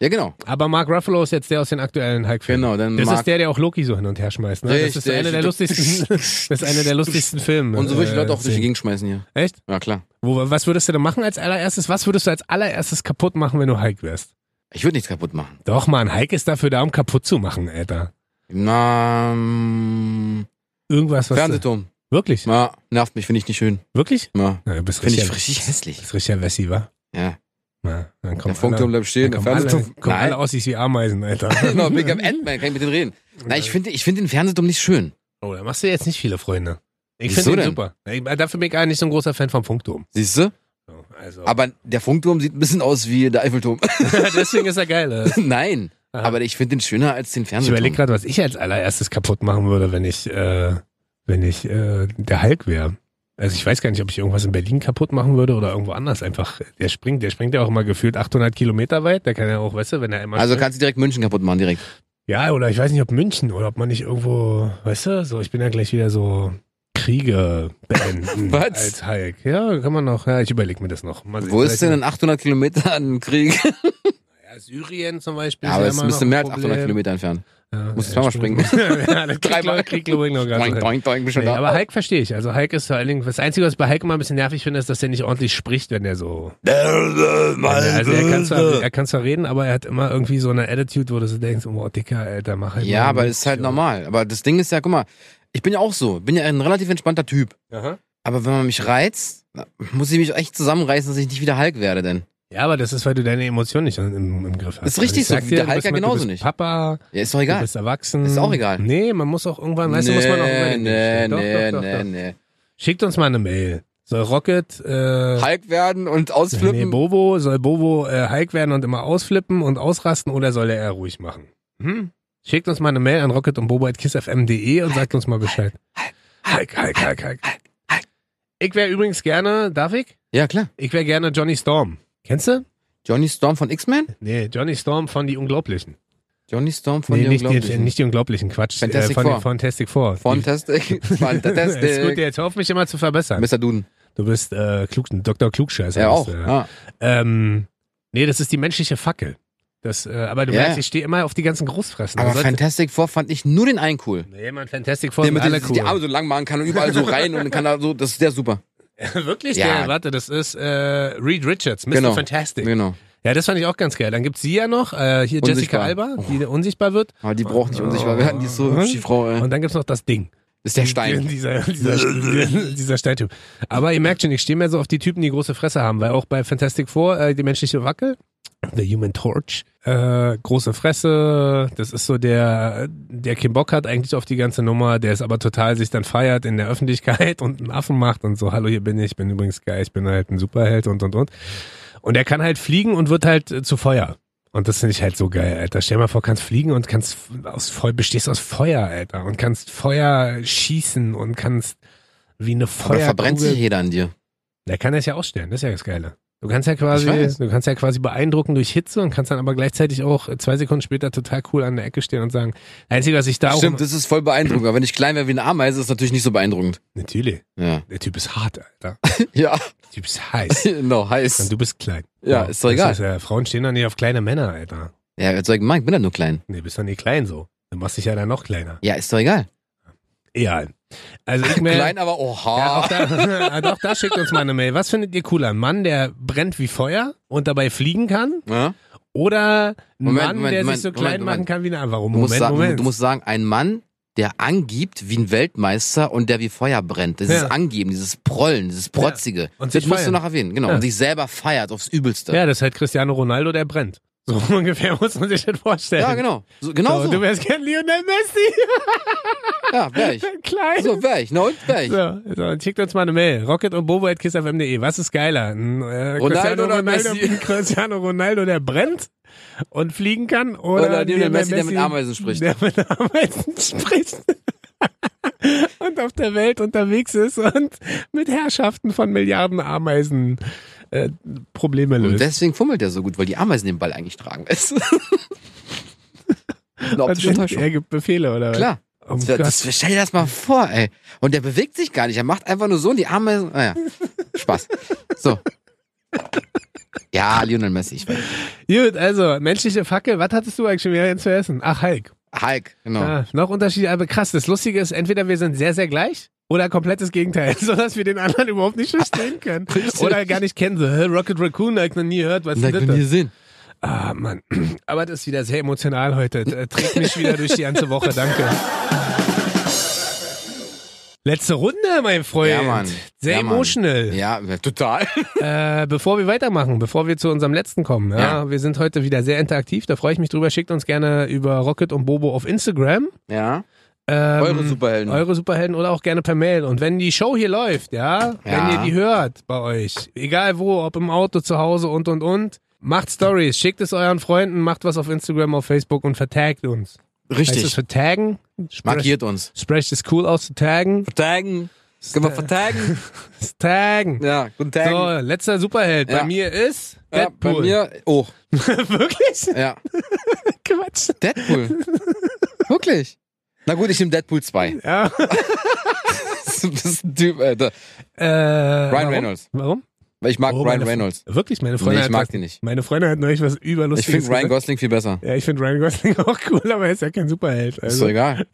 S1: ja, genau.
S2: Aber Mark Ruffalo ist jetzt der aus den aktuellen Hulk-Filmen.
S1: Genau, dann
S2: Das
S1: Mark,
S2: ist der, der auch Loki so hin und her schmeißt. Ne? Das ist
S1: Richtig.
S2: einer der lustigsten. Das ist einer der lustigsten Filme.
S1: Und so würde ich die Leute auch durch die
S2: sehen.
S1: Gegend schmeißen hier.
S2: Echt?
S1: Ja, klar.
S2: Wo, was würdest du denn machen als allererstes? Was würdest du als allererstes kaputt machen, wenn du Hulk wärst?
S1: Ich würde nichts kaputt machen.
S2: Doch, Mann, Hulk ist dafür da, um kaputt zu machen, Alter.
S1: Na, ähm,
S2: Irgendwas, was.
S1: Fernsehturm.
S2: Du, wirklich?
S1: Ja, nervt mich, finde ich nicht schön.
S2: Wirklich?
S1: Ja,
S2: Na, du bist
S1: finde ich
S2: richtig,
S1: richtig hässlich.
S2: bist richtig Wessi, wa?
S1: Ja.
S2: Na, dann
S1: Der
S2: kommt
S1: Funkturm bleibt stehen, der
S2: dann kommen alle,
S1: Fernsehturm.
S2: kommen alle
S1: Nein,
S2: aussiehst wie Ameisen, Alter.
S1: genau, Big Up Ant-Man, kann ich mit denen reden. Nein, ich finde ich find den Fernsehturm nicht schön.
S2: Oh, da machst du jetzt nicht viele Freunde. Ich
S1: Wieso
S2: finde den
S1: denn?
S2: super. Ich, äh, dafür bin ich gar nicht so ein großer Fan vom Funkturm.
S1: Siehst du?
S2: So, Also.
S1: Aber der Funkturm sieht ein bisschen aus wie der Eiffelturm.
S2: deswegen ist er geil. äh. Alter.
S1: Nein,
S2: Aha.
S1: aber ich finde den schöner als den
S2: Ich
S1: Fernsehturm.
S2: überlege gerade, was ich als allererstes kaputt machen würde, wenn ich, äh, wenn ich äh, der Hulk wäre. Also ich weiß gar nicht, ob ich irgendwas in Berlin kaputt machen würde oder irgendwo anders. Einfach, der springt, der springt ja auch immer gefühlt 800 Kilometer weit. Der kann ja auch, weißt du, wenn er immer
S1: also
S2: springt.
S1: kannst du direkt München kaputt machen, direkt.
S2: Ja, oder ich weiß nicht, ob München oder ob man nicht irgendwo, weißt du, so, ich bin ja gleich wieder so Kriege beenden
S1: Was?
S2: als Hulk. Ja, kann man noch, ja, ich überlege mir das noch. Mal sehen,
S1: Wo ist
S2: vielleicht-
S1: denn in 800 Kilometer ein Krieg?
S2: Ja, Syrien zum Beispiel.
S1: Ja,
S2: ist
S1: aber
S2: ja
S1: es
S2: immer
S1: müsste
S2: noch
S1: mehr als
S2: ein
S1: 800
S2: Problem.
S1: Kilometer entfernt.
S2: Ja,
S1: Musst
S2: ja,
S1: zweimal
S2: stimmt. ja, das kriegt, glaub- kriegt, glaub ich, noch gar
S1: Doink,
S2: nicht.
S1: doink, doink, bin schon
S2: Nee,
S1: da.
S2: aber Hulk verstehe ich. Also Hulk ist vor allen Dingen, das Einzige, was ich bei Hulk immer ein bisschen nervig finde, ist, dass er nicht ordentlich spricht, wenn er so. Also er kann, zwar, er kann zwar reden, aber er hat immer irgendwie so eine Attitude, wo du so denkst, oh Dicker, Alter, mach halt
S1: Ja,
S2: mal
S1: aber
S2: mit,
S1: das ist halt
S2: Junge.
S1: normal. Aber das Ding ist ja, guck mal, ich bin ja auch so, bin ja ein relativ entspannter Typ.
S2: Aha.
S1: Aber wenn man mich reizt, muss ich mich echt zusammenreißen, dass ich nicht wieder Hulk werde, denn.
S2: Ja, aber das ist, weil du deine Emotionen nicht im, im Griff hast.
S1: Ist
S2: Also
S1: richtig
S2: ich sag
S1: so,
S2: dir,
S1: der
S2: du
S1: Hulk
S2: bist
S1: ja
S2: mal-
S1: genauso
S2: du bist
S1: nicht.
S2: Papa,
S1: Ja, ist doch
S2: du
S1: egal.
S2: bist erwachsen.
S1: Ist auch egal.
S2: Nee, man muss auch irgendwann, weißt du, muss man auch
S1: nee,
S2: irgendwann
S1: nee,
S2: Doch,
S1: nee,
S2: doch, doch,
S1: nee,
S2: doch.
S1: nee.
S2: Schickt uns mal eine Mail. Soll Rocket, äh,
S1: Hulk werden und
S2: Nee,
S1: ausflippen.
S2: Bobo, soll Bobo äh, Hulk werden und immer ausflippen und ausrasten oder soll er eher ruhig machen? Hm? Schickt uns mal eine Mail an rocket und bobo at kissfm.de und sagt uns mal Bescheid. Hulk, Hulk, Hulk, Hulk. Ich wäre übrigens gerne, darf ich?
S1: ja, klar.
S2: Ich wäre gerne Johnny Storm. Kennst du?
S1: Johnny Storm von X-Men?
S2: Nee, Johnny Storm von Die Unglaublichen.
S1: Johnny Storm von
S2: nee,
S1: den
S2: nicht die,
S1: Unglaublichen.
S2: nicht die Unglaublichen, Quatsch. Äh,
S1: Fantastic
S2: von
S1: Four.
S2: Fantastic Four. Die-
S1: Fantastic.
S2: Es ist gut,
S1: Fantastic.
S2: jetzt hör auf mich immer zu verbessern.
S1: Mr. Duden.
S2: Du bist äh, Klug, Dr. Klugscheißer.
S1: Ja, auch.
S2: bist äh, du, ja.
S1: Ja.
S2: Ähm, nee, das ist die menschliche Fackel. Das, äh, aber du
S1: Ja.
S2: merkst, ich stehe immer auf die ganzen Großfressen.
S1: Aber
S2: Du sollst-
S1: Fantastic Four fand ich nur den einen cool.
S2: nee, man, Fantastic Four
S1: Der
S2: sind
S1: mit
S2: alle
S1: den, die Arme
S2: cool.
S1: so lang machen kann und überall so rein und kann da so, das ist der super.
S2: Wirklich?
S1: Ja.
S2: Der, warte, das ist äh, Reed Richards, Mr.
S1: Genau.
S2: Fantastic.
S1: Genau.
S2: Ja, das fand ich auch ganz geil. Dann gibt's sie ja noch, äh, hier
S1: Unsichtbar.
S2: Jessica
S1: Oh.
S2: Alba, die unsichtbar wird.
S1: Aber die braucht nicht unsichtbar werden, die ist so hübsch, die Frau, ey.
S2: Und dann gibt's noch das Ding.
S1: Ist der Stein.
S2: Dieser, dieser, dieser Steintyp. Aber ihr merkt schon, ich stehe mehr so auf die Typen, die große Fresse haben, weil auch bei Fantastic Four, äh, die menschliche Wackel, The Human Torch, äh, große Fresse, das ist so der, der keinen Bock hat eigentlich auf die ganze Nummer, der ist aber total sich dann feiert in der Öffentlichkeit und einen Affen macht und so, hallo, hier bin ich, ich bin übrigens geil, ich bin halt ein Superheld und und und. Und er kann halt fliegen und wird halt äh, zu Feuer. Und das finde ich halt so geil, Alter. Stell dir mal vor, kannst fliegen und kannst f- aus Feu bestehst aus Feuer, Alter. Und kannst Feuer schießen und kannst wie eine
S1: Oder
S2: Feuer.
S1: verbrennt sich jeder an dir?
S2: Der kann das ja ausstellen, das ist ja das Geile. Du kannst ja quasi,
S1: Ich weiß.
S2: du kannst ja quasi beeindrucken durch Hitze und kannst dann aber gleichzeitig auch äh, zwei Sekunden später total cool an der Ecke stehen und sagen, einzige, was ich da
S1: Stimmt, das ist voll beeindruckend. Aber wenn ich klein wäre wie eine Ameise, ist das natürlich nicht so beeindruckend.
S2: Natürlich.
S1: Ja.
S2: Der Typ ist hart, Alter.
S1: Ja,
S2: Der Typ ist heiß.
S1: no,
S2: Und
S1: heiß.
S2: du bist klein.
S1: Ja, ist doch
S2: Das
S1: egal.
S2: ja, Frauen stehen doch nicht auf kleine Männer, Alter.
S1: Ja, jetzt sag ich, Mann, ich bin ja nur klein.
S2: Nee, bist doch nicht klein so. Du machst dich ja dann noch kleiner.
S1: Ja, ist doch egal.
S2: Egal. Also ich merke.
S1: Klein, aber
S2: Ja, auch
S1: oha.
S2: da, ah, doch, da schickt uns mal eine Mail. Was findet ihr cooler? Ein Mann, der brennt wie Feuer und dabei fliegen kann?
S1: Ja.
S2: Oder ein
S1: Moment,
S2: Mann,
S1: Moment,
S2: der
S1: Moment,
S2: sich so
S1: Moment,
S2: klein
S1: Moment.
S2: machen kann wie eine Warum?
S1: Du musst,
S2: Moment,
S1: sagen,
S2: Moment.
S1: du musst sagen, ein Mann, der angibt wie ein Weltmeister und der wie Feuer brennt. Dieses
S2: Ja.
S1: Angeben, dieses Prollen, dieses Protzige.
S2: Und
S1: das
S2: sich
S1: musst du
S2: feiern.
S1: noch erwähnen, genau.
S2: Ja.
S1: Und sich selber feiert aufs Übelste.
S2: ja, das ist halt Cristiano Ronaldo, der brennt. So ungefähr muss man sich das vorstellen.
S1: Ja, genau. So, genau
S2: So,
S1: so.
S2: Du wärst gern Lionel Messi,
S1: Ja, wär ich.
S2: klein.
S1: So, wär ich. Na und wär ich.
S2: So, so, dann schickt uns mal eine Mail. Rocket und Bobo at kissfm.de. Was ist geiler? Ein, äh,
S1: Ronaldo
S2: Cristiano
S1: oder
S2: Ronaldo,
S1: Messi?
S2: Cristiano Ronaldo, der brennt und fliegen kann? Oder,
S1: Oder Lionel Messi, der mit Ameisen spricht.
S2: Der mit Ameisen spricht. und auf der Welt unterwegs ist und mit Herrschaften von Milliarden Ameisen äh, Probleme
S1: Und
S2: löst.
S1: deswegen fummelt er so gut, weil die Ameisen den Ball eigentlich tragen. Weißt du? Eine optische
S2: Und
S1: Täuschung.
S2: Also, er gibt Befehle, oder was?
S1: Klar.
S2: Oh
S1: Das,
S2: Gott.
S1: wär- das, stell dir das mal vor, ey. Und der bewegt sich gar nicht. Er macht einfach nur so und die Ameisen. Naja. Spaß. So. Ja, Lionel Messi, ich weiß.
S2: Gut, also, menschliche Fackel, was hattest du eigentlich schon wieder zu essen? Ach, Hulk.
S1: Hulk, genau.
S2: Ja, Ah, noch Unterschiede, aber krass. Das Lustige ist, entweder wir sind sehr, sehr gleich oder komplettes Gegenteil, sodass wir den anderen überhaupt nicht verstehen können. oder gar nicht kennen. So, hä, Rocket Raccoon, hab ich noch nie gehört, was ist denn das?
S1: sehen.
S2: Ah, Mann. Aber das ist wieder sehr emotional heute. Äh, Trägt mich wieder durch die ganze Woche, danke. Letzte Runde, mein Freund.
S1: Ja, Mann.
S2: Sehr
S1: Ja, Mann.
S2: emotional.
S1: Ja, total.
S2: Äh, bevor wir weitermachen, bevor wir zu unserem letzten kommen, ja,
S1: Ja.
S2: wir sind heute wieder sehr interaktiv, da freue ich mich drüber. Schickt uns gerne über Rocket und Bobo auf Instagram.
S1: Ja.
S2: Ähm,
S1: Eure Superhelden.
S2: Eure Superhelden oder auch gerne per Mail. Und wenn die Show hier läuft, ja,
S1: Ja.
S2: wenn ihr die hört bei euch, egal wo, ob im Auto, zu Hause und und und, macht Stories, schickt es euren Freunden, macht was auf Instagram, auf Facebook und vertagt uns. Heißt das
S1: Richtig.
S2: vertagen?
S1: Markiert uns.
S2: Sprecht es cool aus zu taggen?
S1: Vertagen. Können wir vertagen?
S2: Taggen.
S1: Ja, guten
S2: So, letzter Superheld
S1: Ja.
S2: bei mir ist
S1: ja, bei
S2: Deadpool.
S1: mir, oh,
S2: Wirklich?
S1: ja.
S2: Quatsch.
S1: Deadpool. Wirklich. Na gut, ich nehme Deadpool 2.
S2: Ja.
S1: Das ist ein Typ, Alter.
S2: Äh, Ryan
S1: Ryan Reynolds.
S2: Warum?
S1: Weil ich mag
S2: Oh,
S1: Ryan
S2: meine-
S1: Reynolds.
S2: Wirklich, meine Freundin
S1: Nee, ich
S2: hat
S1: mag
S2: was,
S1: die nicht.
S2: Meine Freundin hat neulich was
S1: Ich
S2: überlustiges
S1: finde Ryan
S2: gesagt.
S1: Gosling viel besser.
S2: Ja, ich finde Ryan Gosling auch cool, aber er ist ja kein Superheld.
S1: Ist doch
S2: Also.
S1: egal.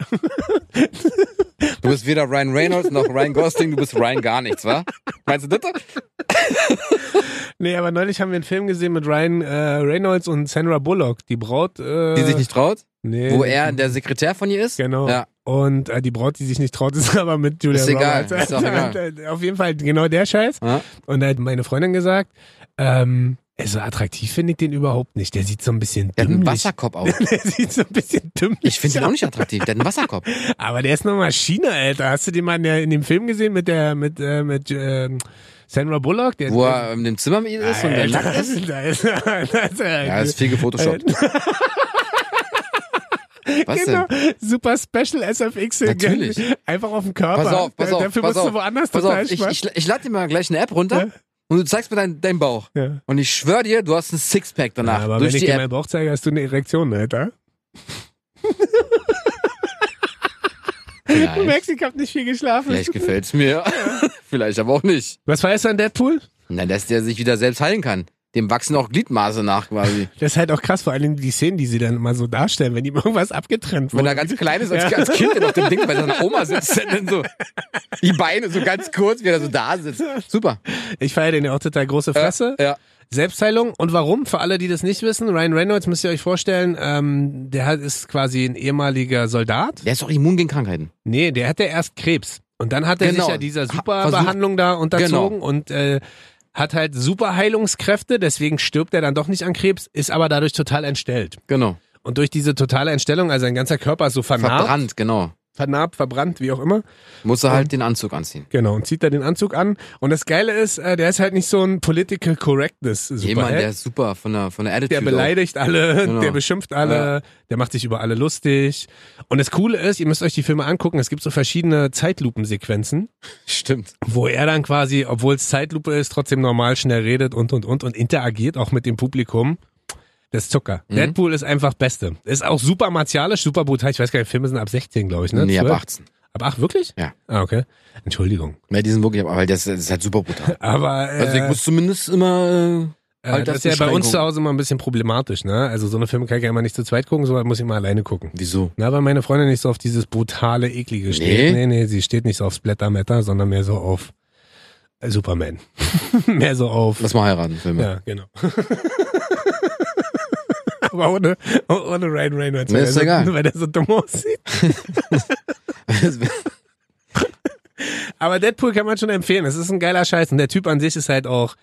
S1: Du bist weder Ryan Reynolds noch Ryan Gosling, du bist Ryan gar nichts, wa? Meinst du das?
S2: Nee, aber neulich haben wir einen Film gesehen mit Ryan äh, Reynolds und Sandra Bullock, die Braut. Äh,
S1: Die sich nicht traut?
S2: Nee,
S1: Wo er der Sekretär von ihr ist?
S2: Äh, Genau.
S1: Ja.
S2: Und äh, die Braut, die sich nicht traut, ist aber mit Julia
S1: Ist egal,
S2: Roberts.
S1: ist doch egal.
S2: Auf jeden Fall genau der Scheiß.
S1: Ja.
S2: Und da hat meine Freundin gesagt, ähm, also attraktiv finde ich den überhaupt nicht. Der sieht so ein bisschen
S1: Der hat einen
S2: dümmlich.
S1: Wasserkopf auf.
S2: Hm. Der sieht so ein bisschen dümmlich
S1: Ich finde ihn
S2: aus.
S1: auch nicht attraktiv. Der hat einen Wasserkopf.
S2: Aber der ist eine Maschine, Alter. Hast du den mal in, der, in dem Film gesehen mit der mit äh, mit ähm, Sandra Bullock? Der,
S1: Wo er in dem Zimmer mit ihr
S2: der,
S1: ist und der nackt ist.
S2: Da ist, da ist, Genau. er.
S1: Ja, ist viel gefotoshoppt. Was
S2: genau.
S1: denn?
S2: Super Special SFX.
S1: Natürlich.
S2: Einfach auf den Körper.
S1: Pass auf, pass
S2: Da-
S1: auf.
S2: Dafür
S1: pass
S2: musst
S1: auf,
S2: du woanders
S1: pass
S2: total
S1: auf. Ich,
S2: Spaß-
S1: ich, ich lade dir mal gleich eine App runter und du zeigst mir deinen dein Bauch.
S2: Ja.
S1: Und ich schwöre dir, du hast einen Sixpack
S2: Ja,
S1: danach.
S2: aber
S1: durch
S2: wenn ich
S1: die
S2: dir
S1: App.
S2: meinen Bauch zeige, hast du eine Erektion, Alter. Du
S1: Vielleicht,
S2: merkst, ich hab nicht viel geschlafen.
S1: vielleicht gefällt es mir. vielleicht aber auch nicht.
S2: Was war jetzt an Deadpool?
S1: Na, dass der sich wieder selbst heilen kann. Dem wachsen auch Gliedmaße nach quasi.
S2: Das ist halt auch krass, vor allem die Szenen, die sie dann immer so darstellen, wenn ihm irgendwas abgetrennt
S1: Wenn
S2: wurde.
S1: er ganz klein ist, als,
S2: Ja.
S1: als Kind, der auf dem Ding bei seiner Oma sitzt, dann so die Beine so ganz kurz, wie er Äh, so da sitzt. Super.
S2: Ich feiere den ja auch total große Fresse.
S1: Ja.
S2: Selbstheilung. Und warum? Für alle, die das nicht wissen, Ryan Reynolds müsst ihr euch vorstellen, ähm, der hat, ist quasi ein ehemaliger Soldat.
S1: Der ist doch immun gegen Krankheiten.
S2: Nee, der hatte erst Krebs. Und dann hat er
S1: Genau.
S2: sich ja dieser
S1: Ha- versucht- Genau.
S2: Superbehandlung da unterzogen und äh, hat halt super Heilungskräfte, deswegen stirbt er dann doch nicht an Krebs, ist aber dadurch total entstellt.
S1: Genau.
S2: Und durch diese totale Entstellung, also sein ganzer Körper ist so vernarbt,
S1: Verbrannt, genau.
S2: vernarbt, verbrannt, wie auch immer.
S1: Muss er halt den Anzug anziehen.
S2: Genau, und zieht da den Anzug an. Und das Geile ist, äh, der ist halt nicht so ein Political Correctness
S1: Jemand, der
S2: Superheld.
S1: ist super von der, von der Attitude.
S2: Der beleidigt alle,
S1: Genau.
S2: der beschimpft alle, der macht sich über alle lustig. Und das Coole ist, ihr müsst euch die Filme angucken, es gibt so verschiedene Zeitlupensequenzen,
S1: auch. Stimmt.
S2: wo er dann quasi, obwohl es Zeitlupe ist, trotzdem normal schnell redet und und und und interagiert auch mit dem Publikum. Das ist Zucker.
S1: Mhm.
S2: Deadpool ist einfach Beste. Ist auch super martialisch, super brutal. Ich weiß gar nicht, Filme sind ab 16, glaube ich, ne?
S1: Nee, ab
S2: 12?
S1: 18.
S2: Ab 8, wirklich?
S1: Ja.
S2: Ah, okay. Entschuldigung.
S1: Ja, die sind wirklich, aber das, das ist halt super brutal.
S2: Aber, äh,
S1: Also ich muss zumindest immer äh,
S2: Äh, das ist ja bei uns zu Hause immer ein bisschen problematisch, ne? Also so eine Filme kann ich ja immer nicht zu zweit gucken, sondern muss ich immer alleine gucken.
S1: Wieso?
S2: Na, weil meine Freundin nicht so auf dieses brutale, eklige steht.
S1: Nee.
S2: Nee, nee, sie steht nicht so auf Splatter-Matter, sondern mehr so auf äh, Superman. mehr so auf.
S1: Lass mal heiraten, Filme.
S2: Ja, genau. Aber ohne, ohne Ryan Reynolds,
S1: Mir
S2: weil,
S1: ist
S2: er so,
S1: egal.
S2: weil der so dumm aussieht. Aber Deadpool kann man schon empfehlen. Es ist ein geiler Scheiß und der Typ an sich ist halt auch.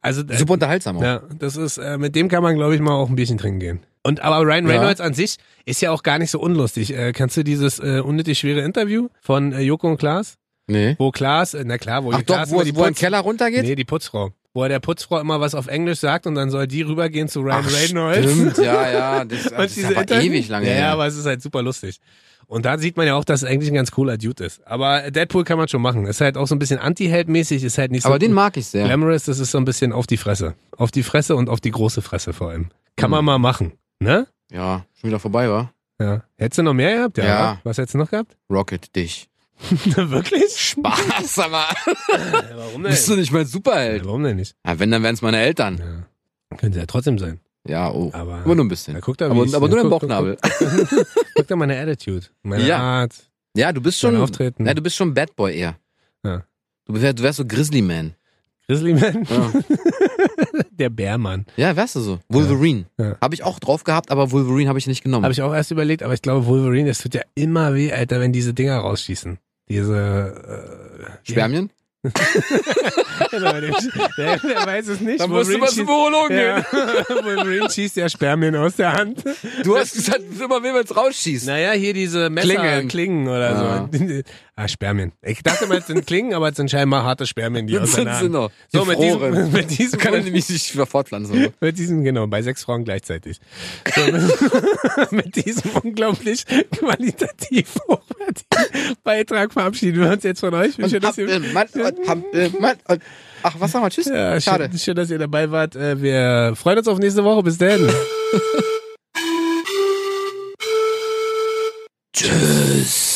S2: Also, äh,
S1: super unterhaltsam auch.
S2: Ja, das ist, äh, mit dem kann man, glaube ich, mal auch ein Bierchen trinken gehen. Und aber Ryan
S1: Ja.
S2: Reynolds an sich ist ja auch gar nicht so unlustig. Äh, kannst du dieses äh, unnötig schwere Interview von äh, Joko und Klaas?
S1: Nee.
S2: Wo Klaas, äh, na klar, wo
S1: Ach doch,
S2: Klaas
S1: wo,
S2: immer die
S1: wo er in den
S2: Putz-
S1: Keller runtergeht?
S2: Nee, die Putzfrau. Wo er der Putzfrau immer was auf Englisch sagt und dann soll die rübergehen zu Ryan
S1: Ach,
S2: Reynolds.
S1: Stimmt, ja, ja. Das,
S2: Und
S1: das ist
S2: diese
S1: aber
S2: Interview-
S1: ewig lange.
S2: Ja,
S1: her.
S2: ja, aber es ist halt super lustig. Und da sieht man ja auch, dass es eigentlich ein ganz cooler Dude ist. Aber Deadpool kann man schon machen. Ist halt auch so ein bisschen anti-Held-mäßig, ist halt nicht so
S1: aber den mag ich sehr.
S2: Glamorous, das ist so ein bisschen auf die Fresse. Auf die Fresse und auf die große Fresse vor allem. Kann
S1: Mhm.
S2: man mal machen, ne?
S1: Ja, schon wieder vorbei, war.
S2: Ja. Hättest du noch mehr gehabt?
S1: Ja.
S2: wa? Was hättest du noch gehabt?
S1: Rocket dich.
S2: Wirklich?
S1: Spaß, aber
S2: Äh, Warum
S1: bist du nicht mein Superheld?
S2: Warum denn nicht?
S1: Ja, wenn, dann wären es meine Eltern.
S2: Ja. Könnte ja trotzdem sein.
S1: Ja, oh.
S2: Aber-
S1: Aber nur ein bisschen.
S2: Da guckt er, wie
S1: Aber,
S2: ich-
S1: aber
S2: ja,
S1: nur dein
S2: guck,
S1: Bauchnabel.
S2: Guck, guck, guck da meine Attitude, meine
S1: Ja.
S2: Art,
S1: Ja, du bist
S2: mein
S1: schon.
S2: Auftreten.
S1: Ja, du bist schon Bad Boy eher.
S2: Ja.
S1: Du wärst, du wärst so Grizzly Man.
S2: Grizzly Man,
S1: Ja,
S2: der Bärmann.
S1: ja wärst du so. Wolverine.
S2: Ja.
S1: Habe ich auch drauf gehabt, aber Wolverine habe ich nicht genommen.
S2: Habe ich auch erst überlegt, aber ich glaube, Wolverine, das tut ja immer weh, Alter, wenn diese Dinger rausschießen. Diese äh,
S1: Spermien?
S2: Genau, der, der, der weiß es nicht.
S1: Urologen
S2: ja, Wolverine schießt ja Spermien aus der Hand.
S1: Du hast gesagt, es ist immer weh, wenn es rausschießt.
S2: Naja, hier diese Messer, Klingen,
S1: Klingen.
S2: oder so. Ah, Spermien. Ich dachte mal, es sind Klingen, aber es sind scheinbar harte Spermien, die aus
S1: Sind
S2: der
S1: sie
S2: Hand.
S1: noch.
S2: So, mit diesem, mit diesem,
S1: kann er nämlich sich wieder fortpflanzen.
S2: mit diesem, genau, bei sechs Frauen gleichzeitig. So, mit, mit diesem unglaublich qualitativ hochwertigen Beitrag verabschieden wir uns jetzt von euch. Wie schön,
S1: Und
S2: dass
S1: hab,
S2: ihr-
S1: äh, Mann, und hab, äh, Mann, und- Ach, was sagen wir? Tschüss.
S2: Ja,
S1: Schade.
S2: Schön, schön, dass ihr dabei wart. Äh, Wir freuen uns auf nächste Woche. Bis dann.
S1: Tschüss.